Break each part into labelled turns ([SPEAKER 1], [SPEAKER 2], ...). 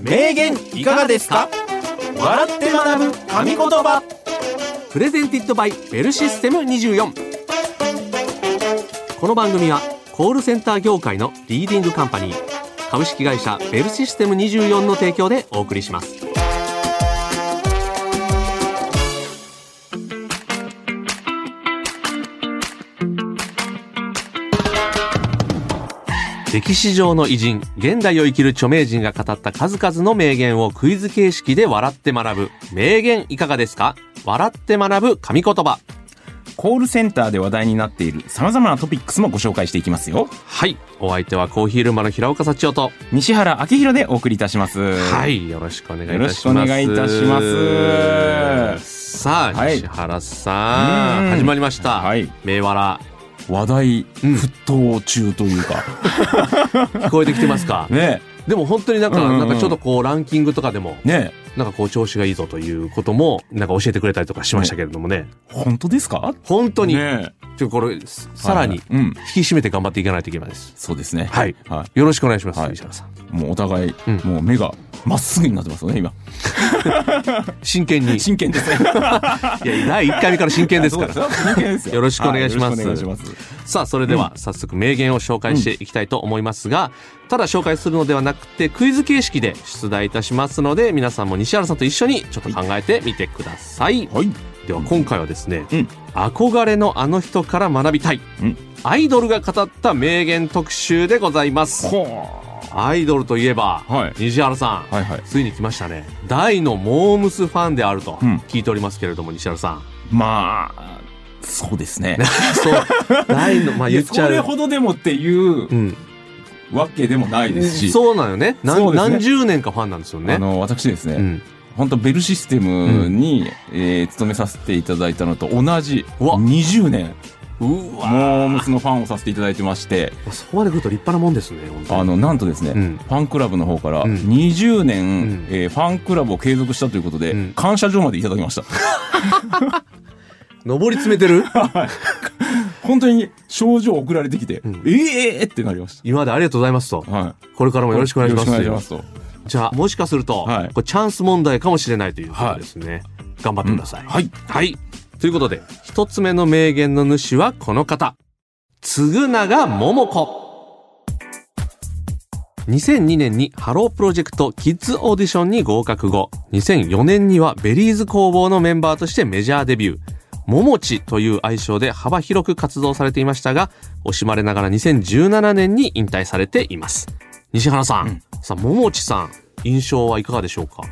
[SPEAKER 1] 名言いかがですか笑って学ぶ神言葉
[SPEAKER 2] プレゼンティッドバイベルシステム24この番組はコールセンター業界のリーディングカンパニー株式会社ベルシステム24の提供でお送りします歴史上の偉人、現代を生きる著名人が語った数々の名言をクイズ形式で笑って学ぶ。名言いかがですか笑って学ぶ神言葉。
[SPEAKER 1] コールセンターで話題になっている様々なトピックスもご紹介していきますよ
[SPEAKER 2] はい。お相手はコーヒールーマの平岡幸男と。
[SPEAKER 1] 西原明宏でお送りいたしますは
[SPEAKER 2] はい。よろしくお願いいたします。
[SPEAKER 1] よろしくお願いいたします
[SPEAKER 2] さあ、
[SPEAKER 1] はい
[SPEAKER 2] 西原さん、
[SPEAKER 1] うん
[SPEAKER 2] 始まりました。
[SPEAKER 1] はい
[SPEAKER 2] 名笑。
[SPEAKER 1] 話題沸騰中というか、
[SPEAKER 2] 聞こえてきてますか
[SPEAKER 1] ね
[SPEAKER 2] でも本当になんか、
[SPEAKER 1] うんうんうん
[SPEAKER 2] なんかちょっとこうランキングとかでも、
[SPEAKER 1] ね
[SPEAKER 2] なんかこう調子がいいぞということも、なんか教えてくれたりとかしましたけれどもね。
[SPEAKER 1] 本当ですか
[SPEAKER 2] 本当に、
[SPEAKER 1] ね
[SPEAKER 2] ちょっとこれ、さらに
[SPEAKER 1] はいうん
[SPEAKER 2] 引き締めて頑張っていかないといけないです。
[SPEAKER 1] そうですね
[SPEAKER 2] はい。
[SPEAKER 1] は
[SPEAKER 2] よろしくお願いします、
[SPEAKER 1] はい
[SPEAKER 2] 西原さん。
[SPEAKER 1] い、もうお互い、
[SPEAKER 2] うん
[SPEAKER 1] もう目がまっすぐになってますよね今
[SPEAKER 2] 真剣 に。い
[SPEAKER 1] 真剣ですね
[SPEAKER 2] や、第1回目から真剣ですから。
[SPEAKER 1] そうですよ真剣ですよ
[SPEAKER 2] よろしくお願いします
[SPEAKER 1] はよろしくお願いします
[SPEAKER 2] さあ、それでは早速名言を紹介していきたいと思いますが、ただ紹介するのではなくて、クイズ形式で出題いたしますので、皆さんも西原さんと一緒にちょっと考えてみてください。
[SPEAKER 1] はい
[SPEAKER 2] では今回はですね、
[SPEAKER 1] うん
[SPEAKER 2] 憧れのあの人から学びたい、
[SPEAKER 1] うん
[SPEAKER 2] アイドルが語った名言特集でございます。
[SPEAKER 1] は
[SPEAKER 2] アイドルといえば、
[SPEAKER 1] はい
[SPEAKER 2] 西原さん、
[SPEAKER 1] あはいはい
[SPEAKER 2] ついに来ましたね。大のモームスファンであると
[SPEAKER 1] うん
[SPEAKER 2] 聞いておりますけれども、西原さん。
[SPEAKER 1] まあそうですね
[SPEAKER 2] そう、大 の、まあ
[SPEAKER 1] い
[SPEAKER 2] 言
[SPEAKER 1] や
[SPEAKER 2] っちゃ
[SPEAKER 1] それ
[SPEAKER 2] う。
[SPEAKER 1] ほどでもっていう
[SPEAKER 2] うん、
[SPEAKER 1] わけでもないですし、
[SPEAKER 2] そうなのよねなん
[SPEAKER 1] そうですね
[SPEAKER 2] 何十年かファンなんですよね
[SPEAKER 1] あ。の私ですね、
[SPEAKER 2] うん、
[SPEAKER 1] 本当ベルシステムに、えー勤めさせていただいたのと同じ
[SPEAKER 2] うわ
[SPEAKER 1] 20年
[SPEAKER 2] う
[SPEAKER 1] モ
[SPEAKER 2] わ
[SPEAKER 1] ームスのファンをさせていただいてまして
[SPEAKER 2] そこまで来ると立派なもんですね本当に
[SPEAKER 1] あのなんとですね、
[SPEAKER 2] うん
[SPEAKER 1] ファンクラブの方から
[SPEAKER 2] うん
[SPEAKER 1] 20年、
[SPEAKER 2] ん
[SPEAKER 1] えーファンクラブを継続したということで、
[SPEAKER 2] うん
[SPEAKER 1] 感謝状までいただきました
[SPEAKER 2] 上り詰めてる
[SPEAKER 1] 本当に症状送られてきて、
[SPEAKER 2] ん
[SPEAKER 1] ええーってなりまし
[SPEAKER 2] 今までありがとうございますと
[SPEAKER 1] た、は
[SPEAKER 2] これから
[SPEAKER 1] い、
[SPEAKER 2] もよろしくお願いします
[SPEAKER 1] よろくお願いしますと
[SPEAKER 2] じゃあもしかすると、
[SPEAKER 1] はい
[SPEAKER 2] これチャンス問題かもしれないということですね、頑張ってください、
[SPEAKER 1] うんはい、
[SPEAKER 2] はい、ということで一つ目の名言の主はこの方嗣永桃子2002年にハロープロジェクトキッズオーディションに合格後、2004年にはベリーズ工房のメンバーとしてメジャーデビュー。ももちという愛称で幅広く活動されていましたが、惜しまれながら2017年に引退されています。西原さん、さあ、ももちさん、印象はいかがでしょうか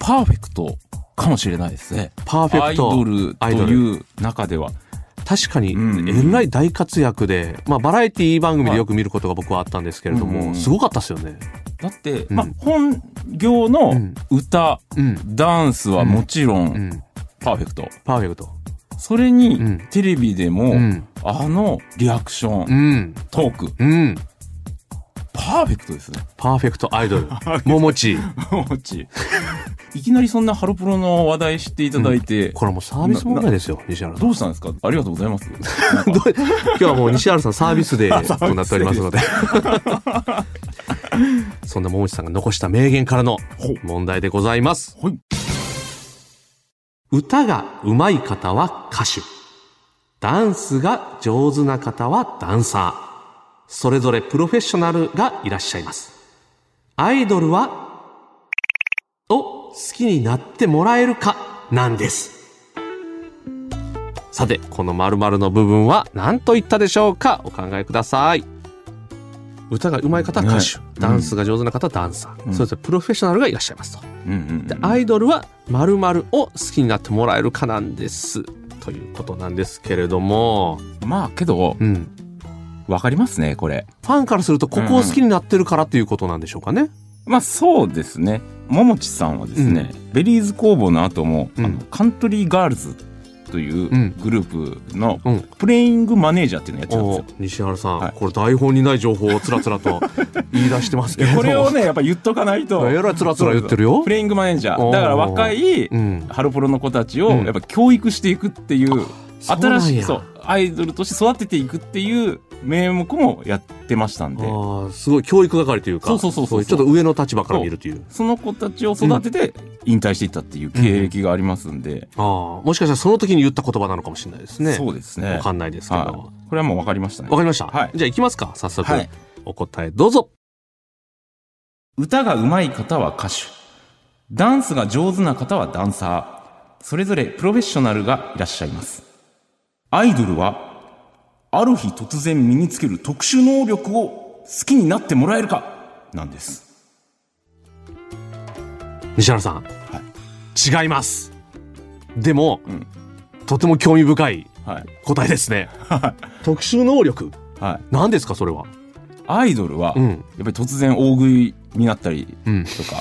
[SPEAKER 1] パーフェクトかもしれないですね
[SPEAKER 2] パーフェ
[SPEAKER 1] ア
[SPEAKER 2] ク
[SPEAKER 1] イ
[SPEAKER 2] ト。
[SPEAKER 1] ドルと
[SPEAKER 2] アイドル
[SPEAKER 1] いう中では
[SPEAKER 2] 確かに、
[SPEAKER 1] うん
[SPEAKER 2] えらい大活躍で、まあ、バラエティ番組でよく見ることが僕はあったんですけれども、
[SPEAKER 1] うん
[SPEAKER 2] すごかったですよね。
[SPEAKER 1] だって、
[SPEAKER 2] ん
[SPEAKER 1] まあ、本業の
[SPEAKER 2] うん
[SPEAKER 1] 歌、
[SPEAKER 2] うん。
[SPEAKER 1] ダンスはもちろん、
[SPEAKER 2] うん。
[SPEAKER 1] パーフェクト。
[SPEAKER 2] パーフェクト。
[SPEAKER 1] それに、
[SPEAKER 2] うん
[SPEAKER 1] テレビでも、
[SPEAKER 2] うん。
[SPEAKER 1] あのリアクション、
[SPEAKER 2] うん。
[SPEAKER 1] トーク、
[SPEAKER 2] うん。
[SPEAKER 1] パーフェクトですね。
[SPEAKER 2] パーフェクトアイドル。ももち。
[SPEAKER 1] もち いきなりそんなハロプロの話題知っていただいて、
[SPEAKER 2] これはもうサービス問題ですよ、西原さん。
[SPEAKER 1] どうしたんですかありがとうござい ます。なんか
[SPEAKER 2] どう今日はもう西原さんサービスデーとなっておりますので。そんなももちさんが残した名言からの
[SPEAKER 1] ほう
[SPEAKER 2] 問題でございます。
[SPEAKER 1] ほい。
[SPEAKER 2] 歌が上手い方は歌手。ダンスが上手な方はダンサー。それぞれプロフェッショナルがいらっしゃいます。アイドルは、を好きになってもらえるかなんです。さて、この〇〇の部分は何と言ったでしょうかお考えください。歌が上手い方は歌手、
[SPEAKER 1] はい
[SPEAKER 2] ダンスが上手な方はダンサー、
[SPEAKER 1] うん
[SPEAKER 2] それぞれプロフェッショナルがいらっしゃいますと。
[SPEAKER 1] うんうん
[SPEAKER 2] でアイドルは〇〇を好きになってもらえるかなんです。ということなんですけれども、
[SPEAKER 1] まあけど、
[SPEAKER 2] うん。
[SPEAKER 1] わかりますね、これ。
[SPEAKER 2] ファンからするとここを好きになってるからということなんでしょうかね。
[SPEAKER 1] まあそうですね。ももちさんはですね、ベリーズ工房の後も、
[SPEAKER 2] うん
[SPEAKER 1] あのカントリーガールズとい
[SPEAKER 2] うん
[SPEAKER 1] うグループの
[SPEAKER 2] うん
[SPEAKER 1] プレイングマネージャーっていうのをやってたんです
[SPEAKER 2] お
[SPEAKER 1] よ。
[SPEAKER 2] 西原さん、
[SPEAKER 1] はい
[SPEAKER 2] これ台本にない情報をつらつらと言い出してますけれども。
[SPEAKER 1] これをね、やっぱ言っとかないと。
[SPEAKER 2] えらいつらつら言ってるよ
[SPEAKER 1] プ。レイングマネージャ
[SPEAKER 2] おー
[SPEAKER 1] ー。だから若い、
[SPEAKER 2] うん。
[SPEAKER 1] ハロプロの子たちを、
[SPEAKER 2] うん
[SPEAKER 1] やっぱ教育していくっていう、
[SPEAKER 2] そうなんや
[SPEAKER 1] 新しい、そう、アイドルとして育てていくっていう名目もやってましたんで、
[SPEAKER 2] ああ、すごい教育係というか、
[SPEAKER 1] そうそうそうそう
[SPEAKER 2] いちょっと上の立場から見るという。
[SPEAKER 1] その子たちを育てて引退していったっていう経歴がありますんで、
[SPEAKER 2] ああ、もしかしたらその時に言った言葉なのかもしれないですね。
[SPEAKER 1] そうですね。
[SPEAKER 2] わかんないですけど。
[SPEAKER 1] はい
[SPEAKER 2] わ、
[SPEAKER 1] これはもうわかりましたね。
[SPEAKER 2] かりました。
[SPEAKER 1] はい
[SPEAKER 2] じゃあ行きますか、早速。
[SPEAKER 1] はい
[SPEAKER 2] お答えどうぞ。
[SPEAKER 1] 歌が上手い方は歌手。ダンスが上手な方はダンサー。それぞれプロフェッショナルがいらっしゃいます。アイドルは、ある日突然身につける特殊能力を好きになってもらえるか、なんです。
[SPEAKER 2] 西原さん、違いますでも、とても興味深い
[SPEAKER 1] はい。
[SPEAKER 2] 答えですね特殊能力
[SPEAKER 1] はい。
[SPEAKER 2] 何ですかそれは
[SPEAKER 1] アイドルは、
[SPEAKER 2] ん
[SPEAKER 1] やっぱり突然大食いになったり
[SPEAKER 2] うん
[SPEAKER 1] とか、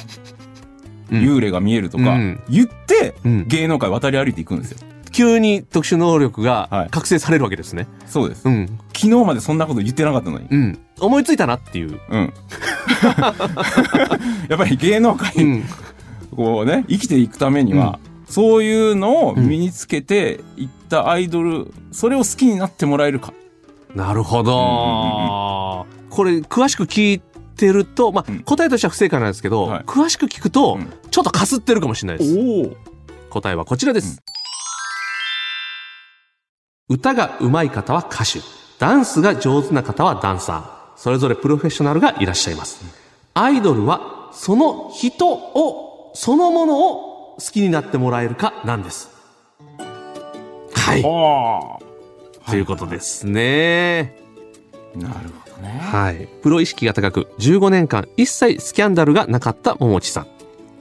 [SPEAKER 1] 幽霊が見えるとか、
[SPEAKER 2] うん
[SPEAKER 1] 言って、
[SPEAKER 2] うん
[SPEAKER 1] 芸能界渡り歩いていくんですよ。
[SPEAKER 2] 急に特殊能力
[SPEAKER 1] は
[SPEAKER 2] が
[SPEAKER 1] い
[SPEAKER 2] 覚醒されるわけですね、
[SPEAKER 1] そうです。
[SPEAKER 2] うん
[SPEAKER 1] 昨日までそんなこと言ってなかったのに。
[SPEAKER 2] うん思いついたなっていう、
[SPEAKER 1] うん。 やっぱり芸能界、
[SPEAKER 2] うん、
[SPEAKER 1] こうね、生きていくためには、そういうのを身につけていったアイドル、それを好きになってもらえるか。
[SPEAKER 2] なるほど、これ詳しく聞いてると、まあ
[SPEAKER 1] うん
[SPEAKER 2] 答えとしては不正解なんですけど、
[SPEAKER 1] はい
[SPEAKER 2] 詳しく聞くと、
[SPEAKER 1] うん
[SPEAKER 2] ちょっとかすってるかもしれないです
[SPEAKER 1] お。
[SPEAKER 2] 答えはこちらです、歌が上手い方は歌手ダンスが上手な方はダンサーそれぞれプロフェッショナルがいらっしゃいますアイドルはその人をそのものを好きになってもらえるかなんですはい
[SPEAKER 1] あ
[SPEAKER 2] ということですね
[SPEAKER 1] あ。なるほどね。
[SPEAKER 2] はい。プロ意識が高く、15年間一切スキャンダルがなかった桃地さん。フ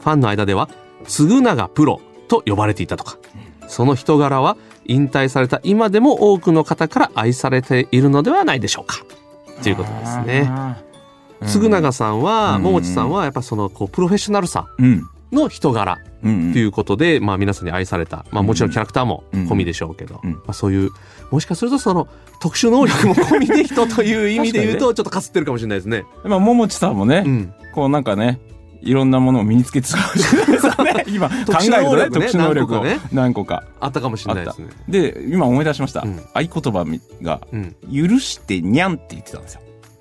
[SPEAKER 2] ァンの間では、嗣永プロと呼ばれていたとか。その人柄は、引退された今でも多くの方から愛されているのではないでしょうか。ということですね。
[SPEAKER 1] あー。
[SPEAKER 2] 嗣永さんは、
[SPEAKER 1] うん
[SPEAKER 2] 桃地さんは、やっぱその、こう、プロフェッショナルさ
[SPEAKER 1] うん。
[SPEAKER 2] の人柄
[SPEAKER 1] うん。うん。
[SPEAKER 2] ということで、まあ皆さんに愛された。まあもちろんキャラクターも込みでしょうけど、
[SPEAKER 1] うん
[SPEAKER 2] まあそういう、もしかするとその、特殊能力も込みで人という意味で言うと、ちょっとかすってるかもしれないですね。
[SPEAKER 1] まあ、ももちさんもね、
[SPEAKER 2] うん。
[SPEAKER 1] こうなんかね、いろんなものを身につけてたかもしれないですよ ね。今、考
[SPEAKER 2] 特殊
[SPEAKER 1] える
[SPEAKER 2] 能力
[SPEAKER 1] とね、特
[SPEAKER 2] ね
[SPEAKER 1] 殊能力を
[SPEAKER 2] 何個か
[SPEAKER 1] 何個か。
[SPEAKER 2] あったかもしれないですね。
[SPEAKER 1] で、今思い出しました。
[SPEAKER 2] うん
[SPEAKER 1] 合言葉みが、
[SPEAKER 2] うん。
[SPEAKER 1] 許してにゃんって言ってたんですよ。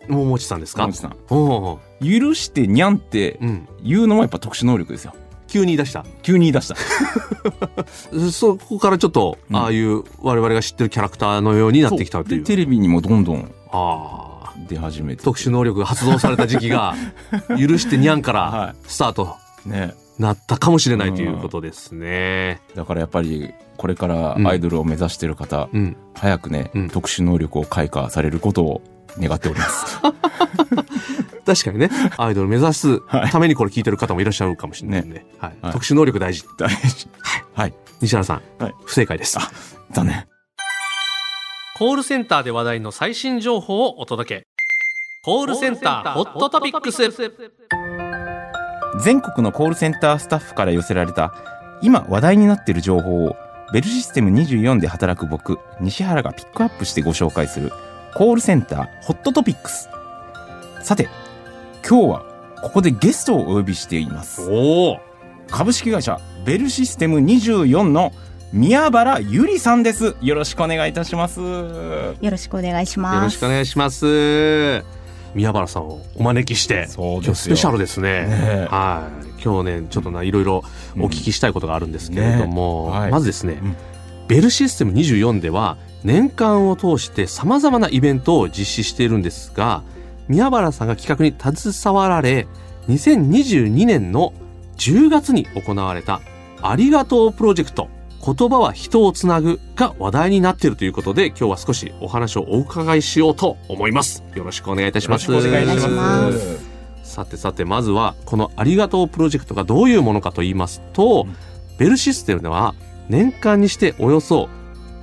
[SPEAKER 2] ももちさんですか
[SPEAKER 1] ももちさん。
[SPEAKER 2] おうお
[SPEAKER 1] 許してにゃんって
[SPEAKER 2] う。うん。
[SPEAKER 1] 言うのもやっぱ特殊能力ですよ。
[SPEAKER 2] 急に言い出した。
[SPEAKER 1] 急に言い 出した。
[SPEAKER 2] そこからちょっと、
[SPEAKER 1] うん
[SPEAKER 2] ああいう我々が知ってるキャラクターのようになってきたとい
[SPEAKER 1] で
[SPEAKER 2] う。
[SPEAKER 1] テレビにもどんどん
[SPEAKER 2] ああ。
[SPEAKER 1] 出始めて。
[SPEAKER 2] 特殊能力が発動された時期 が、許してにゃんか
[SPEAKER 1] は
[SPEAKER 2] らスタート
[SPEAKER 1] ね。
[SPEAKER 2] なったかもしれないということですね。
[SPEAKER 1] だからやっぱり、これからアイドルを目指してる方、
[SPEAKER 2] うん。
[SPEAKER 1] 早くね、
[SPEAKER 2] うん
[SPEAKER 1] 特殊能力を開花されることを願ってお ります。
[SPEAKER 2] 確かにね、アイドル目指すためにこれ聞いてる方もいらっしゃるかもしれないんで。はい
[SPEAKER 1] はい
[SPEAKER 2] 特殊能力大事。
[SPEAKER 1] 大事はい。
[SPEAKER 2] 西原さん、
[SPEAKER 1] はい
[SPEAKER 2] 不正解です。
[SPEAKER 1] 残念。
[SPEAKER 2] コールセンターで話題の最新情報をお届け。コールセンターホットトピックス。
[SPEAKER 1] 全国のコールセンタースタッフから寄せられた今話題になっている情報をベルシステム24で働く僕西原がピックアップしてご紹介するコールセンターホットトピックスさて今日はここでゲストをお呼びしています
[SPEAKER 2] おお、
[SPEAKER 1] 株式会社ベルシステム24の宮原ゆりさんですよろしくお願いいたします
[SPEAKER 3] よろしくお願いし
[SPEAKER 2] よろ
[SPEAKER 3] ま
[SPEAKER 2] し
[SPEAKER 3] す。
[SPEAKER 2] くお願いします。宮原さんをお招きして、
[SPEAKER 1] そう
[SPEAKER 2] 今日スペシャルですね。
[SPEAKER 1] ねえ
[SPEAKER 2] はい、今日ね、ちょっとないろいろお聞きしたいことがあるんですけれども、
[SPEAKER 1] うんねえはい
[SPEAKER 2] まずですね、
[SPEAKER 1] うん
[SPEAKER 2] ベルシステム24では年間を通してさまざまなイベントを実施しているんですが、宮原さんが企画に携わられ、2022年の10月に行われたありがとうプロジェクト言葉は人をつなぐが話題になっているということで今日は少しお話をお伺いしようと思いますよろしくお願いいたします
[SPEAKER 1] よろしくお願いし
[SPEAKER 3] お
[SPEAKER 1] ま
[SPEAKER 3] 願い
[SPEAKER 1] す
[SPEAKER 3] し
[SPEAKER 2] さてさてまずはこのありがとうプロジェクトがどういうものかと言いますと、
[SPEAKER 1] うん
[SPEAKER 2] ベルシステムでは年間にしておよそ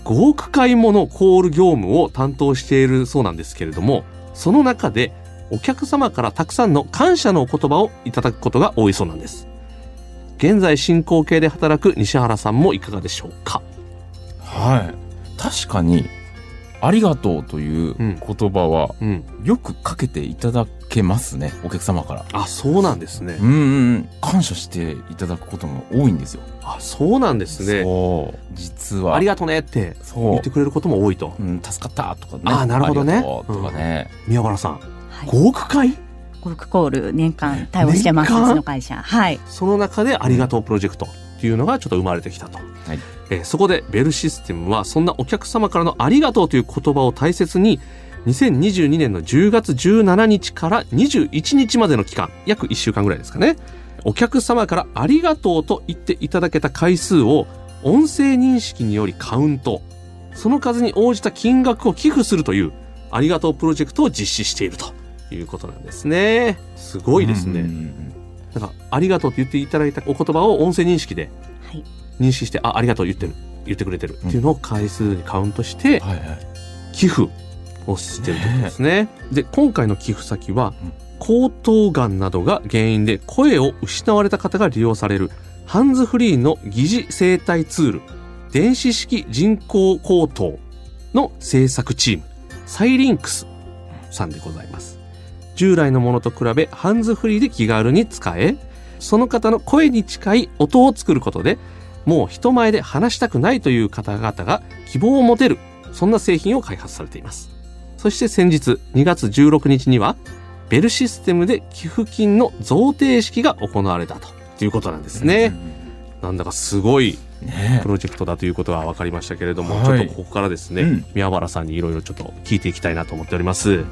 [SPEAKER 2] 5億回ものコール業務を担当しているそうなんですけれどもその中でお客様からたくさんの感謝のお言葉をいただくことが多いそうなんです現在進行形で働く西原さんもいかがでしょうか
[SPEAKER 1] はい確かにありがとうという
[SPEAKER 2] うん
[SPEAKER 1] 言葉は
[SPEAKER 2] うん
[SPEAKER 1] よくかけていただけますねお客様から
[SPEAKER 2] あそうなんですね
[SPEAKER 1] うんうんうん感謝していただくことも多いんですよ
[SPEAKER 2] あそうなんですね
[SPEAKER 1] そう実は
[SPEAKER 2] ありがとねって
[SPEAKER 1] そう
[SPEAKER 2] 言ってくれることも多いと
[SPEAKER 1] うん、助かったとかね。
[SPEAKER 2] あーなるほどね
[SPEAKER 1] ありがとうとかね。
[SPEAKER 2] 宮原さん
[SPEAKER 3] はい、
[SPEAKER 2] 5億回
[SPEAKER 3] ゴルフコール年間対応してます
[SPEAKER 2] 年
[SPEAKER 3] う
[SPEAKER 2] 間
[SPEAKER 3] ちの会社はい
[SPEAKER 2] その中でありがとうプロジェクトっていうのがちょっと生まれてきたと、
[SPEAKER 1] い
[SPEAKER 2] えーそこでベルシステムはそんなお客様からのありがとうという言葉を大切に2022年の10月17日から21日までの期間約1週間ぐらいですかねお客様からありがとうと言っていただけた回数を音声認識によりカウントその数に応じた金額を寄付するというありがとうプロジェクトを実施しているということなんですねすごいですね、
[SPEAKER 1] うんうんうん
[SPEAKER 2] なんか、ありがとうって言っていただいたお言葉を音声認識で
[SPEAKER 3] はい
[SPEAKER 2] 認識して、あ、ありがとう言ってる、言ってくれてるっていうのを回数にカウントして、
[SPEAKER 1] はいはい。
[SPEAKER 2] 寄付をしてるってことですね。で、今回の寄付先は
[SPEAKER 1] うん、
[SPEAKER 2] 喉頭がんなどが原因で声を失われた方が利用される、ハンズフリーの疑似生体ツール、電子式人工口頭の制作チーム、サイリンクスさんでございます。従来のものと比べハンズフリーで気軽に使えその方の声に近い音を作ることでもう人前で話したくないという方々が希望を持てるそんな製品を開発されていますそして先日2月16日にはベルシステムで寄付金の贈呈式が行われたということなんですね、なんだかすごい
[SPEAKER 1] うんうん。ね
[SPEAKER 2] プロジェクトだということが分かりましたけれども、
[SPEAKER 1] はい
[SPEAKER 2] ちょっとここからですね、
[SPEAKER 1] うん
[SPEAKER 2] 宮原さんにいろいろちょっと聞いていきたいなと思っております。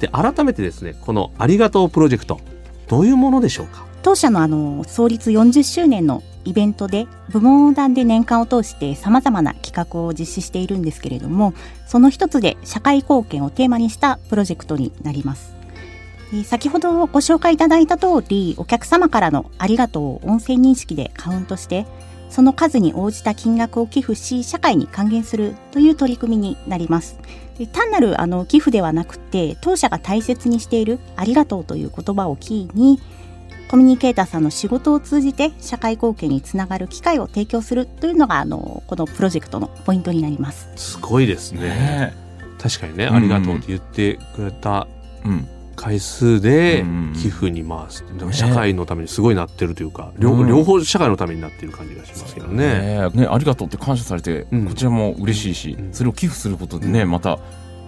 [SPEAKER 2] で、改めてですね、このありがとうプロジェクト、どういうものでしょうか
[SPEAKER 3] 当社のあの創立40周年のイベントで部門横断で年間を通してさまざまな企画を実施しているんですけれどもその一つで社会貢献をテーマにしたプロジェクトになりますで先ほどご紹介いただいた通りお客様からの「ありがとう」を音声認識でカウントしてその数に応じた金額を寄付し社会に還元するという取り組みになりますで単なるあの寄付ではなくて当社が大切にしている「ありがとう」という言葉をキーにコミュニケーターさんの仕事を通じて社会貢献につながる機会を提供するというのがあのこのプロジェクトのポイントになります。
[SPEAKER 2] すごいです
[SPEAKER 1] え
[SPEAKER 2] ね。
[SPEAKER 1] ね
[SPEAKER 2] 確かにね、
[SPEAKER 1] うん
[SPEAKER 2] ありがとうって言ってくれた
[SPEAKER 1] え。うん。
[SPEAKER 2] 回数で
[SPEAKER 1] うん
[SPEAKER 2] 寄付に回す。でも
[SPEAKER 1] ね
[SPEAKER 2] 社会のためにすごいなってるというか、両
[SPEAKER 1] うん
[SPEAKER 2] 両方社会のためになってる感じがしますけどね。
[SPEAKER 1] ねえねありがとうって感謝されて、
[SPEAKER 2] うん
[SPEAKER 1] こちらも嬉しいし、
[SPEAKER 2] うん
[SPEAKER 1] それを寄付することでね、また。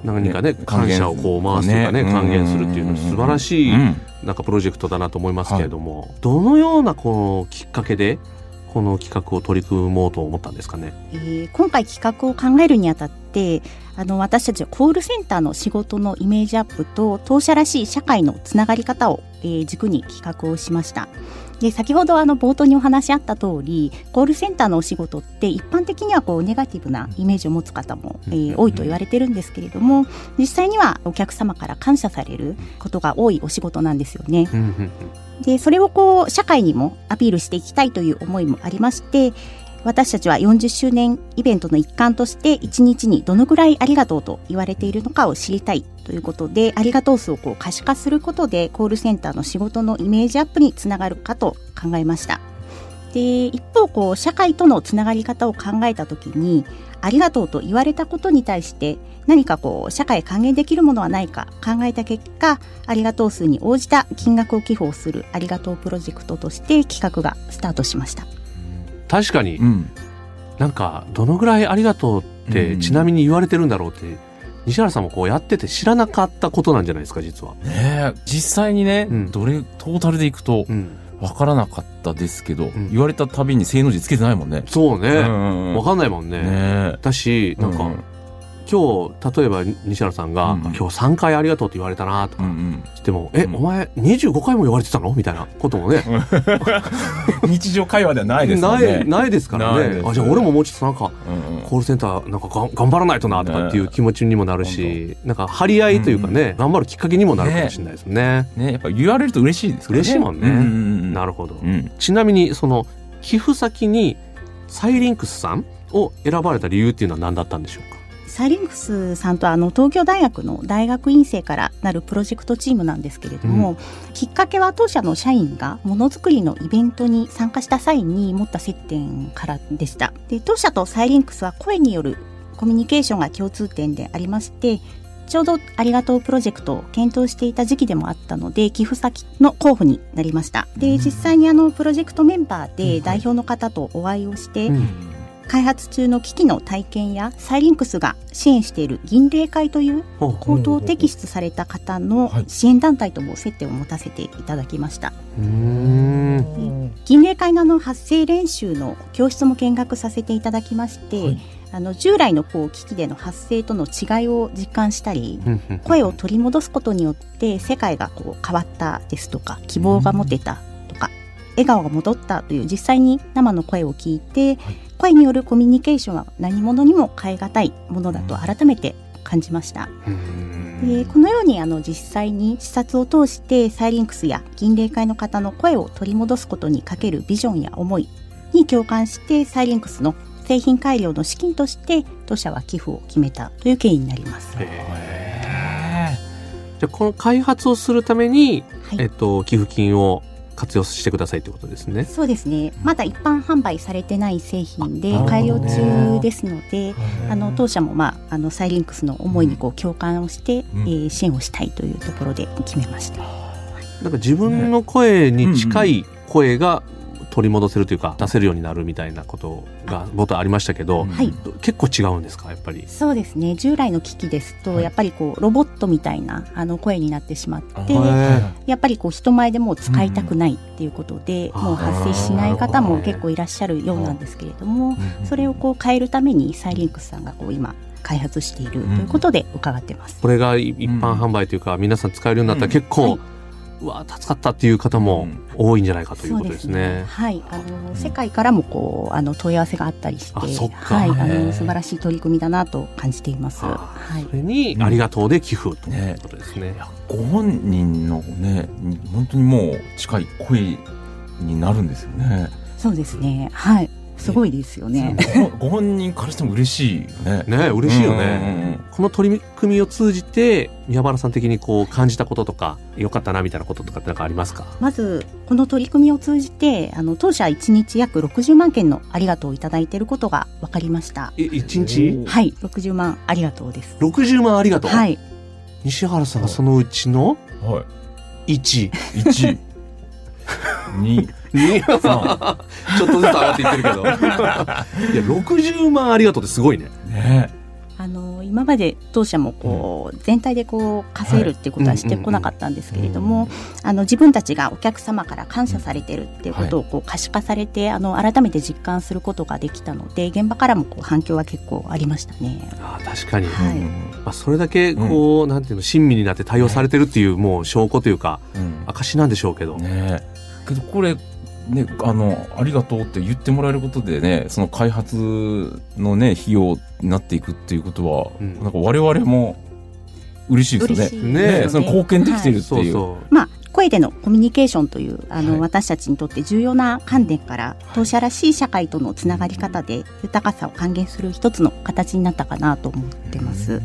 [SPEAKER 2] 何かね、
[SPEAKER 1] ね還
[SPEAKER 2] 感
[SPEAKER 1] 元
[SPEAKER 2] 謝をこう回すというかね、
[SPEAKER 1] ね
[SPEAKER 2] 還元するっていうのは素晴らしい
[SPEAKER 1] うん
[SPEAKER 2] なんかプロジェクトだなと思いますけれども、どのようなこのきっかけでこの企画を取り組もうと思ったんですかね。
[SPEAKER 3] えー今回企画を考えるにあたってあの私たちはコールセンターの仕事のイメージアップと当社らしい社会のつながり方を、えー軸に企画をしましたで先ほどあの冒頭にお話しあった通りコールセンターのお仕事って一般的にはこうネガティブなイメージを持つ方も、えー多いと言われてるんですけれども実際にはお客様から感謝されることが多いお仕事なんですよね。でそれをこう社会にもアピールしていきたいという思いもありまして私たちは40周年イベントの一環として1日にどのぐらいありがとうと言われているのかを知りたいということでありがとう数をこう可視化することでコールセンターの仕事のイメージアップにつながるかと考えましたで一方こう社会とのつながり方を考えた時にありがとうと言われたことに対して何かこう社会へ還元できるものはないか考えた結果ありがとう数に応じた金額を寄付をするありがとうプロジェクトとして企画がスタートしました
[SPEAKER 2] 確かに、
[SPEAKER 1] うん。
[SPEAKER 2] なんかどのぐらいありがとうって、
[SPEAKER 1] うん
[SPEAKER 2] ちなみに言われてるんだろうって西原さんもこうやってて知らなかったことなんじゃないですか実は。
[SPEAKER 1] ねえ実際にね、
[SPEAKER 2] うん
[SPEAKER 1] どれ、トータルでいくと、わからなかったですけど、
[SPEAKER 2] ん
[SPEAKER 1] 言われたたびに正の字つけてないもんね。
[SPEAKER 2] そうね、
[SPEAKER 1] う
[SPEAKER 2] わ
[SPEAKER 1] ん
[SPEAKER 2] かんないもんね。
[SPEAKER 1] ねえ
[SPEAKER 2] だしなんか、
[SPEAKER 1] うん
[SPEAKER 2] 今日例えば西原さんが、
[SPEAKER 1] うん
[SPEAKER 2] 今日3回ありがとうって言われたなと
[SPEAKER 1] う
[SPEAKER 2] か、
[SPEAKER 1] ん
[SPEAKER 2] でも「え、
[SPEAKER 1] うん
[SPEAKER 2] お前25回も言われてたの?」みたいなこともね
[SPEAKER 1] うん。日常会話ではないですもん
[SPEAKER 2] な
[SPEAKER 1] ね。
[SPEAKER 2] いないですから
[SPEAKER 1] ない
[SPEAKER 2] ね
[SPEAKER 1] です
[SPEAKER 2] あじゃあ俺ももうちょっとなんか
[SPEAKER 1] うんうん
[SPEAKER 2] コールセンターなんかがん頑張らないとなとかっていう気持ちにもなるし、なんか張り合いというかね、頑張るきっかけにもなるかもしれないですね。
[SPEAKER 1] ね、やっぱ言われると嬉しいですからね。
[SPEAKER 2] 嬉しいもんね
[SPEAKER 1] うんうんうん、
[SPEAKER 2] なるほど、
[SPEAKER 1] うん。
[SPEAKER 2] ちなみにその寄付先にサイリンクスさんを選ばれた理由っていうのは何だったんでしょうか
[SPEAKER 3] サイリンクスさんとあの東京大学の大学院生からなるプロジェクトチームなんですけれども、きっかけは当社の社員がものづくりのイベントに参加した際に持った接点からでしたで当社とサイリンクスは声によるコミュニケーションが共通点でありましてちょうどありがとうプロジェクトを検討していた時期でもあったので寄付先の候補になりましたで実際にあのプロジェクトメンバーで代表の方とお会いをして、
[SPEAKER 2] うん
[SPEAKER 3] 開発中の機器の体験やサイリンクスが支援している銀霊会という
[SPEAKER 2] ほうほ
[SPEAKER 3] 口頭を摘出された方の支援団体とも接点を持たせていただきました
[SPEAKER 2] ううーん
[SPEAKER 3] 銀霊会のあの発声練習の教室も見学させていただきまして、あの従来のこう機器での発声との違いを実感したり
[SPEAKER 2] うんうん
[SPEAKER 3] 声を取り戻すことによって世界がこう変わったですとか希望が持てたとか笑顔が戻ったという実際に生の声を聞いて、声によるコミュニケーションは何者にも変え難いものだと改めて感じました。でこのようにあの実際に視察を通してサイリンクスや銀霊会の方の声を取り戻すことにかけるビジョンや思いに共感してサイリンクスの製品改良の資金として当社は寄付を決めたという経緯になります。は
[SPEAKER 2] じゃあこの開発をするために、
[SPEAKER 3] い
[SPEAKER 2] えっと、寄付金を活用してくださいってことですね。
[SPEAKER 3] そうですね。まだ一般販売されてない製品で
[SPEAKER 2] あな
[SPEAKER 3] 改
[SPEAKER 2] るほ
[SPEAKER 3] 良
[SPEAKER 2] どね
[SPEAKER 3] 中ですので、あの当社もまああのサイリンクスの思いにこう共感をして、
[SPEAKER 1] うん
[SPEAKER 3] えー支援をしたいというところで決めました。
[SPEAKER 2] なんか自分の声に近い声が取り戻せるというか出せるようになるみたいなことが冒頭ありましたけど、
[SPEAKER 3] はい
[SPEAKER 2] 結構違うんですかやっぱり。
[SPEAKER 3] そうですね。従来の機器ですと、
[SPEAKER 1] はい
[SPEAKER 3] やっぱりこうロボットみたいなあの声になってしまって、
[SPEAKER 2] へ
[SPEAKER 3] やっぱりこう人前でもう使いたくないっていうことで、
[SPEAKER 2] うん
[SPEAKER 3] もう発生しない方
[SPEAKER 2] あ
[SPEAKER 3] も
[SPEAKER 2] ー
[SPEAKER 3] 結構いらっしゃるようなんですけれども、
[SPEAKER 1] うん
[SPEAKER 3] それをこう変えるためにサイリンクスさんがこう今開発しているということで伺ってます。
[SPEAKER 2] これがい一般販売というか、皆さん使えるようになったら結構、うわ助かったっていう方も多いんじゃないかということですね。
[SPEAKER 3] はい、あの、
[SPEAKER 1] うん
[SPEAKER 3] 世界からもこうあの問い合わせがあったりして、
[SPEAKER 2] あそっか
[SPEAKER 3] はい、あ
[SPEAKER 1] へ
[SPEAKER 3] の
[SPEAKER 1] え
[SPEAKER 3] 素晴らしい取り組みだなと感じています。
[SPEAKER 2] はあ
[SPEAKER 3] はい
[SPEAKER 2] そ。れに
[SPEAKER 1] う、ん
[SPEAKER 2] ありがとうで寄付ということですね。
[SPEAKER 1] ご本人のねに本当にもう近い声になるんですよね
[SPEAKER 3] そうですね。はい。すごいですよね。
[SPEAKER 1] ごご本人からしても嬉しいよね
[SPEAKER 2] ね嬉しいよね。
[SPEAKER 1] うんうんうん
[SPEAKER 2] この取り組みを通じて、宮原さん的にこう感じたこととか、良かったなみたいなこととかってなんかありますか
[SPEAKER 3] まずこの取り組みを通じて、あの当社一日約60万件のありがとうをいただいていることが分かりました。
[SPEAKER 2] え、1日
[SPEAKER 3] はい、60万ありがとうです。
[SPEAKER 2] ?60 万ありがとう。
[SPEAKER 3] はい、
[SPEAKER 2] 西原さんがそのうちの
[SPEAKER 1] は
[SPEAKER 2] 1、
[SPEAKER 1] い1 2
[SPEAKER 2] 2、ちょっ
[SPEAKER 1] 3
[SPEAKER 2] とずつ上がっていってるけ ど。いや、60万ありがとうってすごいね。
[SPEAKER 1] ね
[SPEAKER 3] あの今まで当社もこう、全体でこう稼いるっていうことはしてこなかったんですけれども、あの自分たちがお客様から感謝されてるっていうことをこう可視化されてあの改めて実感することができたので現場からもこう反響は結構ありましたね。
[SPEAKER 2] ああ、確かに。
[SPEAKER 3] はい
[SPEAKER 1] うん
[SPEAKER 2] まあ、それだけこう、なんていうの親身になって対応されてるっていうもう証拠というか
[SPEAKER 1] うんうん
[SPEAKER 2] 証なんでしょうけど、
[SPEAKER 1] ねけどこれねあのありがとうって言ってもらえることでねその開発のね費用になっていくっていうことは、
[SPEAKER 2] うん
[SPEAKER 1] なんか我々も嬉しいですよね。
[SPEAKER 2] いね
[SPEAKER 1] ね
[SPEAKER 2] ね
[SPEAKER 1] その貢献できてるって
[SPEAKER 2] そう
[SPEAKER 1] いう。
[SPEAKER 2] そ
[SPEAKER 3] まあ、声でのコミュニケーションというあの、
[SPEAKER 1] はい
[SPEAKER 3] 私たちにとって重要な観点から当社らしい社会とのつながり方で豊かさを還元する一つの形になったかなと思ってます。
[SPEAKER 2] う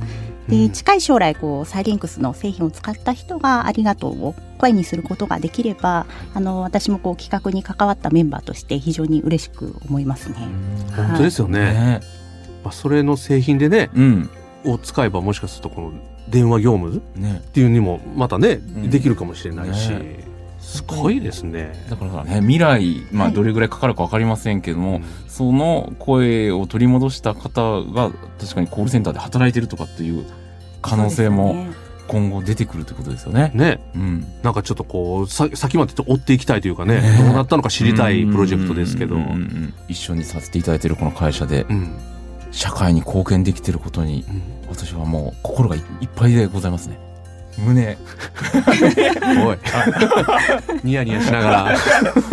[SPEAKER 3] で
[SPEAKER 2] うん
[SPEAKER 3] 近い将来こうサイリンクスの製品を使った人が「ありがとう」を声にすることができればあの私もこう企画に関わったメンバーとして非常に嬉しく思いますね。
[SPEAKER 2] う本当ですよね、
[SPEAKER 1] ね
[SPEAKER 2] まあ、それの製品でね
[SPEAKER 1] うん。
[SPEAKER 2] を使えばもしかするとこの電話業務っ
[SPEAKER 1] ね
[SPEAKER 2] ていうにもまたね、
[SPEAKER 1] ん
[SPEAKER 2] できるかもしれないし、
[SPEAKER 1] ね
[SPEAKER 2] すごいですね。
[SPEAKER 1] だからね未来まあ
[SPEAKER 3] はい
[SPEAKER 1] どれぐらいかかるかわかりませんけども、その声を取り戻した方が確かにコールセンターで働いてるとかっていう可能性
[SPEAKER 3] そうです
[SPEAKER 1] も
[SPEAKER 3] ね
[SPEAKER 1] 今後出てくるってことですよね。
[SPEAKER 2] ね、
[SPEAKER 1] うん。
[SPEAKER 2] なんかちょっとこうさ先までちょっと追っていきたいというかね
[SPEAKER 1] ね
[SPEAKER 2] どうなったのか知りたいプロジェクトですけど、
[SPEAKER 1] うんうんうんうん一緒にさせていただいてるこの会社で
[SPEAKER 2] うん
[SPEAKER 1] 社会に貢献できてることに
[SPEAKER 2] うん
[SPEAKER 1] 私はもう心がいいっぱいでございますね胸
[SPEAKER 2] おい ニヤニヤしながら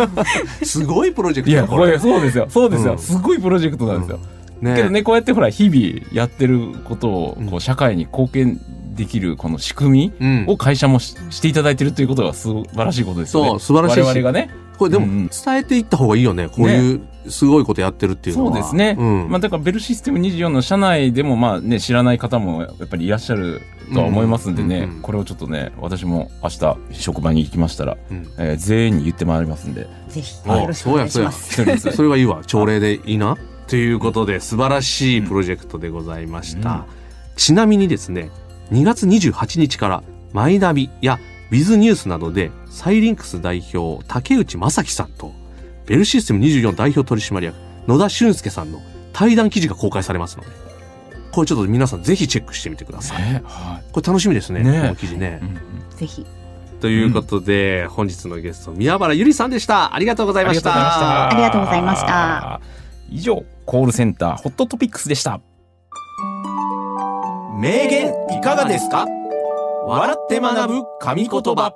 [SPEAKER 2] すごいプロジェク
[SPEAKER 1] い
[SPEAKER 2] ト
[SPEAKER 1] や
[SPEAKER 2] だ
[SPEAKER 1] これそうですよそうですよ、
[SPEAKER 2] うん
[SPEAKER 1] すごいプロジェクトなんですよ、
[SPEAKER 2] ね
[SPEAKER 1] けどねこうやってほら日々やってることを
[SPEAKER 2] うん
[SPEAKER 1] こう社会に貢献できるこの仕組
[SPEAKER 2] う
[SPEAKER 1] み
[SPEAKER 2] ん
[SPEAKER 1] を会社もししていただいてるということが素晴らしいことですよね
[SPEAKER 2] そう素晴らしいし
[SPEAKER 1] 我々がね
[SPEAKER 2] これでも
[SPEAKER 1] うんうん
[SPEAKER 2] 伝えていった方がいいよね。こういうすごいことやってるっていうの
[SPEAKER 1] そ
[SPEAKER 2] は。
[SPEAKER 1] うですね、
[SPEAKER 2] うん。
[SPEAKER 1] まあ、だからベルシステム24の社内でもまあ、ね、知らない方もやっぱりいらっしゃるとは思いますんでね、
[SPEAKER 2] うんうんうん
[SPEAKER 1] これをちょっとね私も明日職場に行きましたら、
[SPEAKER 2] うん
[SPEAKER 1] えー全員に言ってまいりますんで
[SPEAKER 3] ぜひ
[SPEAKER 2] あ
[SPEAKER 3] よろしくお願いします。
[SPEAKER 1] 一人です
[SPEAKER 2] それはいいわ。朝礼でいいな。ということで、素晴らしいプロジェクトでございました。ちなみにですね、 2月28日からマイナビやウィズニュースなどでサイリンクス代表竹内正樹さんとベルシステム24代表取締役野田俊介さんの対談記事が公開されますのでこれちょっと皆さんぜひチェックしてみてくだ さい。
[SPEAKER 1] ねは
[SPEAKER 2] これ楽しみですね、
[SPEAKER 1] ねえ
[SPEAKER 2] この記事ね
[SPEAKER 1] い、う。んうん
[SPEAKER 3] ぜひ
[SPEAKER 2] ということで、本日のゲスト宮原ゆりさんでしたありがとうございました
[SPEAKER 3] ありがとうございました
[SPEAKER 1] 以上コールセンターホットトピックスでした
[SPEAKER 4] 名言いかがですか笑って学ぶ神言葉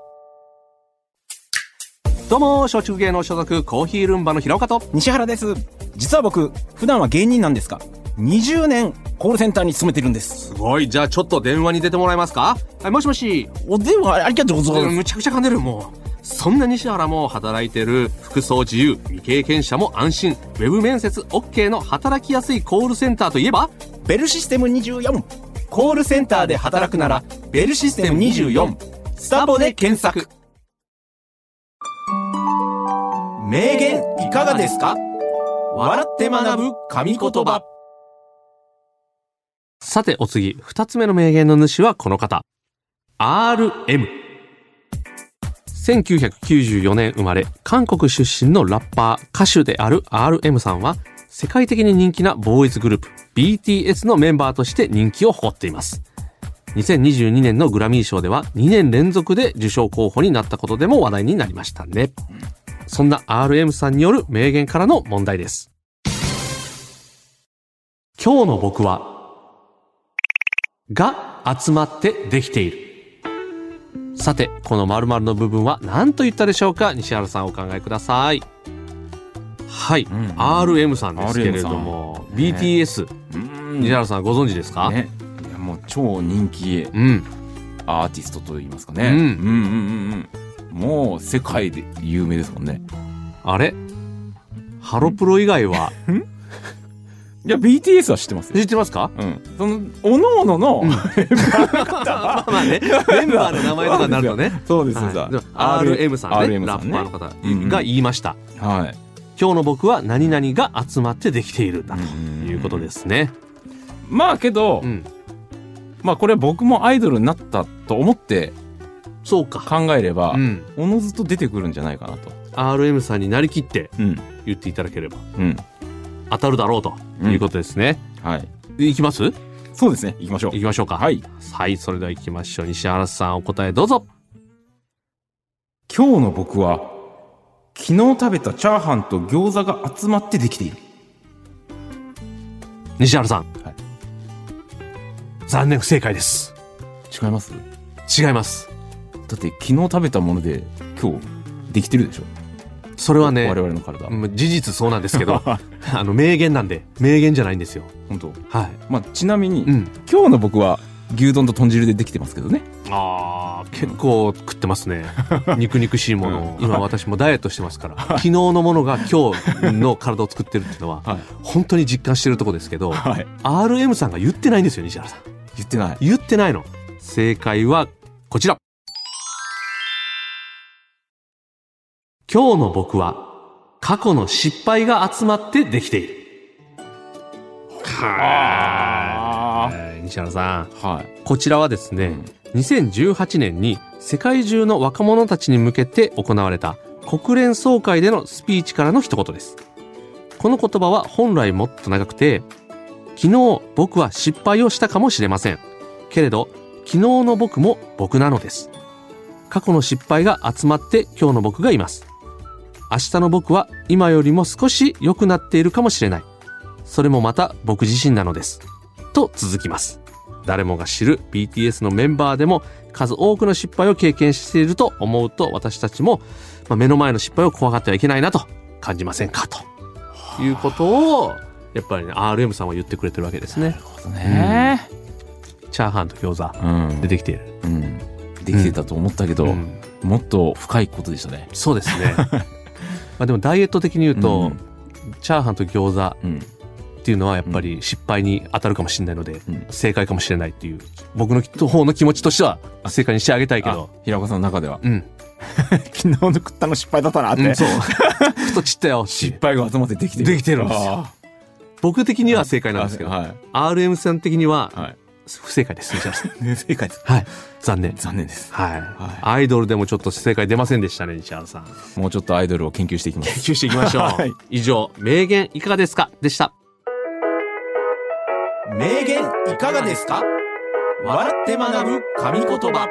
[SPEAKER 2] どうも松竹芸能所属コーヒールンバの平岡と
[SPEAKER 1] 西原です実は僕普段は芸人なんですが20年コールセンターに勤めてるんです
[SPEAKER 2] すごいじゃあちょっと電話に出てもらえますかはいもしもし
[SPEAKER 1] お電話ありがとうございます
[SPEAKER 2] むちゃくちゃ噛んでるもうそんな西原も働いてる服装自由未経験者も安心ウェブ面接 OK の働きやすいコールセンターといえば
[SPEAKER 1] ベルシステム24コールセンターで働くならベルシステム24スタボで検索
[SPEAKER 4] 名言いかがですか笑って学ぶ神言葉
[SPEAKER 2] さてお次二つ目の名言の主はこの方 RM 1994年生まれ韓国出身のラッパー歌手である RM さんは世界的に人気なボーイズグループ BTS のメンバーとして人気を誇っています2022年のグラミー賞では2年連続で受賞候補になったことでも話題になりましたねそんな RM さんによる名言からの問題です今日の僕はが集まってできている。さて、この〇〇の部分は何と言ったでしょうか西原さんお考えください。はい、
[SPEAKER 1] んうん
[SPEAKER 2] RM さんですけれども、
[SPEAKER 1] RM さん
[SPEAKER 2] BTS、
[SPEAKER 1] うん
[SPEAKER 2] 西原さんご存知ですか、
[SPEAKER 1] ねいやもう超人気
[SPEAKER 2] うん。
[SPEAKER 1] アーティストといいますかね、
[SPEAKER 2] うん
[SPEAKER 1] うんうんうんうんもう世界で有名ですもんね
[SPEAKER 2] あれハロプロ以外はい
[SPEAKER 1] や BTS は知ってますよ
[SPEAKER 2] 知ってますか
[SPEAKER 1] うん、そのおのおの の、
[SPEAKER 2] まあまあね、メンバーの名前とかになるとね。
[SPEAKER 1] そうですそうです
[SPEAKER 2] はいでも RM さんね
[SPEAKER 1] RM
[SPEAKER 2] ラ
[SPEAKER 1] さ
[SPEAKER 2] ッ
[SPEAKER 1] ん
[SPEAKER 2] パー
[SPEAKER 1] ね
[SPEAKER 2] の方
[SPEAKER 1] うんうん
[SPEAKER 2] が言いました。
[SPEAKER 1] はい、
[SPEAKER 2] 今日の僕は何々が集まってできているんだと
[SPEAKER 1] うん
[SPEAKER 2] いうことですね。
[SPEAKER 1] まあけど、
[SPEAKER 2] うん。
[SPEAKER 1] まあこれは僕もアイドルになったと思って
[SPEAKER 2] そうか。
[SPEAKER 1] 考えれば、
[SPEAKER 2] うん。
[SPEAKER 1] おのずと出てくるんじゃないかなと
[SPEAKER 2] RM さんになりきって
[SPEAKER 1] うん
[SPEAKER 2] 言っていただければ
[SPEAKER 1] うん
[SPEAKER 2] 当たるだろうということですね、
[SPEAKER 1] はい
[SPEAKER 2] いきますい
[SPEAKER 1] そうですね行きましょう
[SPEAKER 2] きましょうか
[SPEAKER 1] はい
[SPEAKER 2] はいそれではいきましょう西原さんお答えどうぞ
[SPEAKER 1] 今日の僕は昨日食べたチャーハンと餃子が集まってできている
[SPEAKER 2] 西原さん、
[SPEAKER 1] はい
[SPEAKER 2] 残念不正解です
[SPEAKER 1] 違いますだ
[SPEAKER 2] 違います
[SPEAKER 1] って昨日食べたもので今日できてるでしょ、
[SPEAKER 2] それはね
[SPEAKER 1] 我々の体、
[SPEAKER 2] うん事実そうなんですけ どあの名言なんで名言じゃないんですよ
[SPEAKER 1] 本当
[SPEAKER 2] はい
[SPEAKER 1] まあちなみに、
[SPEAKER 2] うん
[SPEAKER 1] 今日の僕は牛丼と豚汁でできてますけどね
[SPEAKER 2] あー結構食ってます ね肉肉しいものを、
[SPEAKER 1] うん
[SPEAKER 2] 今私もダイエットしてますから昨日のものが今日の体を作ってるっていうのは、
[SPEAKER 1] はい
[SPEAKER 2] 本当に実感してるとこですけど、
[SPEAKER 1] はい
[SPEAKER 2] RM さんが言ってないんですよ西原さん
[SPEAKER 1] 言ってない
[SPEAKER 2] 言ってないの正解はこちら今日の僕は過去の失敗が集まってできている
[SPEAKER 1] あ
[SPEAKER 2] はい西原さん
[SPEAKER 1] ーはい
[SPEAKER 2] こちらはですね、2018年に世界中の若者たちに向けて行われた国連総会でのスピーチからの一言です。この言葉は本来もっと長くて、昨日僕は失敗をしたかもしれません。けれど、昨日の僕も僕なのです。過去の失敗が集まって今日の僕がいます。明日の僕は今よりも少し良くなっているかもしれない。それもまた僕自身なのです。と続きます。誰もが知る BTS のメンバーでも数多くの失敗を経験していると思うと私たちも、まあ、目の前の失敗を怖がってはいけないなと感じませんかということをやっぱりね RM さんは言ってくれてるわけですね
[SPEAKER 1] なるほどね
[SPEAKER 2] チャーハンと餃子
[SPEAKER 1] うん
[SPEAKER 2] 出てきている、
[SPEAKER 1] うんできてたと思ったけど、
[SPEAKER 2] うん
[SPEAKER 1] もっと深いことでしたね
[SPEAKER 2] そうですね まあでもダイエット的に言うと、チャーハンと餃子
[SPEAKER 1] うん
[SPEAKER 2] っていうのはやっぱり失敗に当たるかもしれないので、
[SPEAKER 1] うん
[SPEAKER 2] 正解かもしれないっていう僕の方の気持ちとしては正解にしてあげたいけ
[SPEAKER 1] あ
[SPEAKER 2] ど
[SPEAKER 1] 平岡さんの中では
[SPEAKER 2] うん、
[SPEAKER 1] 昨日の食ったの失敗だったなっ
[SPEAKER 2] うん、 そう太っちったよっていう
[SPEAKER 1] 失敗が集まってできてる
[SPEAKER 2] できてるんですよ僕的には正解なんですけど、
[SPEAKER 1] はい
[SPEAKER 2] RM さん的には
[SPEAKER 1] はい
[SPEAKER 2] 不正解です。西原さん
[SPEAKER 1] ね正解で す。
[SPEAKER 2] はい。残念。
[SPEAKER 1] 残念です。
[SPEAKER 2] はい、
[SPEAKER 1] はい
[SPEAKER 2] アイドルでもちょっと正解出ませんでしたね、西原さん。
[SPEAKER 1] もうちょっとアイドルを研究していきます。
[SPEAKER 2] 研究していきましょう。
[SPEAKER 1] はい
[SPEAKER 2] 以上、名言いかがですかでした。
[SPEAKER 4] 名言いかがですか笑って学ぶ神言葉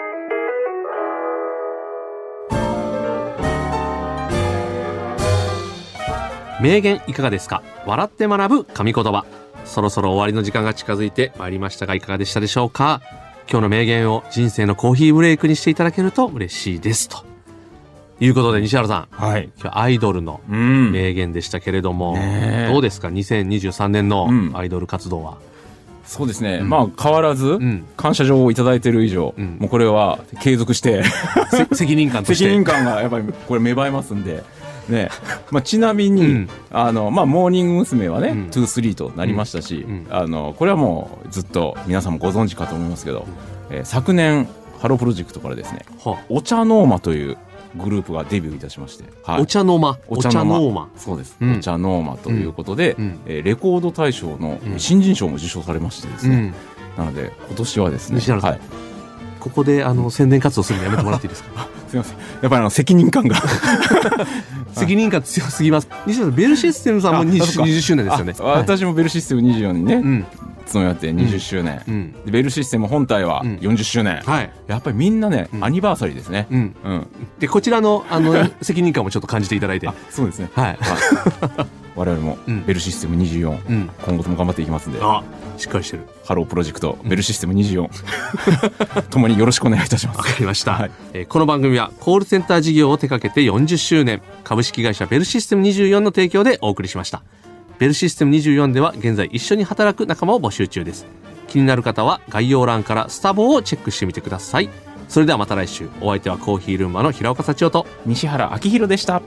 [SPEAKER 2] 名言いかがですか笑って学ぶ神言葉。そろそろ終わりの時間が近づいてまいりましたが、いかがでしたでしょうか今日の名言を人生のコーヒーブレイクにしていただけると嬉しいです。ということで、西原さん、
[SPEAKER 1] はい。
[SPEAKER 2] 今日アイドルの
[SPEAKER 1] うん。
[SPEAKER 2] 名言でしたけれども、
[SPEAKER 1] ねえ
[SPEAKER 2] どうですか ?2023 年の
[SPEAKER 1] うん
[SPEAKER 2] アイドル活動は。
[SPEAKER 1] そうですね。まあ、変わらず、
[SPEAKER 2] ん
[SPEAKER 1] 感謝状をいただいている以上、
[SPEAKER 2] うん
[SPEAKER 1] もうこれは継続して、
[SPEAKER 2] せ 責任感として。
[SPEAKER 1] 責任感がやっぱりこれ芽生えますんで。ねまあ、ちなみに、
[SPEAKER 2] うん
[SPEAKER 1] あのまあ、モーニング娘。はね、
[SPEAKER 2] うん
[SPEAKER 1] 23となりましたし、
[SPEAKER 2] うん
[SPEAKER 1] あのこれはもうずっと皆さんもご存知かと思いますけど、えー昨年ハロープロジェクトからですね
[SPEAKER 2] は
[SPEAKER 1] お茶ノーマというグループがデビューいたしまして、はい
[SPEAKER 2] お茶の間。
[SPEAKER 1] お
[SPEAKER 2] お
[SPEAKER 1] 茶
[SPEAKER 2] 茶
[SPEAKER 1] の間
[SPEAKER 2] の間。
[SPEAKER 1] そうです、
[SPEAKER 2] うん
[SPEAKER 1] お茶ノーマということで、
[SPEAKER 2] うん
[SPEAKER 1] えーレコード大賞の
[SPEAKER 2] うん
[SPEAKER 1] 新人賞も受賞されましてです
[SPEAKER 2] う
[SPEAKER 1] ね、
[SPEAKER 2] ん。
[SPEAKER 1] なので今年はですね
[SPEAKER 2] 西原さん
[SPEAKER 1] はい、
[SPEAKER 2] ここであの宣伝活動するのやめてもらっていいです か
[SPEAKER 1] すいませんやっぱりあの責任感が
[SPEAKER 2] 責任感強すぎます西田さんベルシステムさんも 20,
[SPEAKER 1] あそっか
[SPEAKER 2] 20周年ですよね
[SPEAKER 1] あ
[SPEAKER 2] はい
[SPEAKER 1] 私もベルシステム24にね、
[SPEAKER 2] うん
[SPEAKER 1] 勤め合って20周年、
[SPEAKER 2] うん
[SPEAKER 1] でベルシステム本体は
[SPEAKER 2] うん
[SPEAKER 1] 40周年、
[SPEAKER 2] はい
[SPEAKER 1] やっぱりみんなね、
[SPEAKER 2] うん
[SPEAKER 1] アニバーサリーですね
[SPEAKER 2] うん
[SPEAKER 1] うん、
[SPEAKER 2] でこちらのあの 責任感もちょっと感じていただいて
[SPEAKER 1] あそうですね
[SPEAKER 2] はい
[SPEAKER 1] 我々も
[SPEAKER 2] うん
[SPEAKER 1] ベルシステム24、
[SPEAKER 2] うん
[SPEAKER 1] 今後とも頑張っていきますんで
[SPEAKER 2] あしっかりしてる
[SPEAKER 1] ハロープロジェクトベルシステム24 ともによろしくお願いいたします
[SPEAKER 2] わかりました、
[SPEAKER 1] はい
[SPEAKER 2] えーこの番組はコールセンター事業を手掛けて40周年株式会社ベルシステム24の提供でお送りしましたベルシステム24では現在一緒に働く仲間を募集中です気になる方は概要欄からスタボをチェックしてみてくださいそれではまた来週お相手はコーヒールーマの平岡幸男と
[SPEAKER 1] 西原明宏でした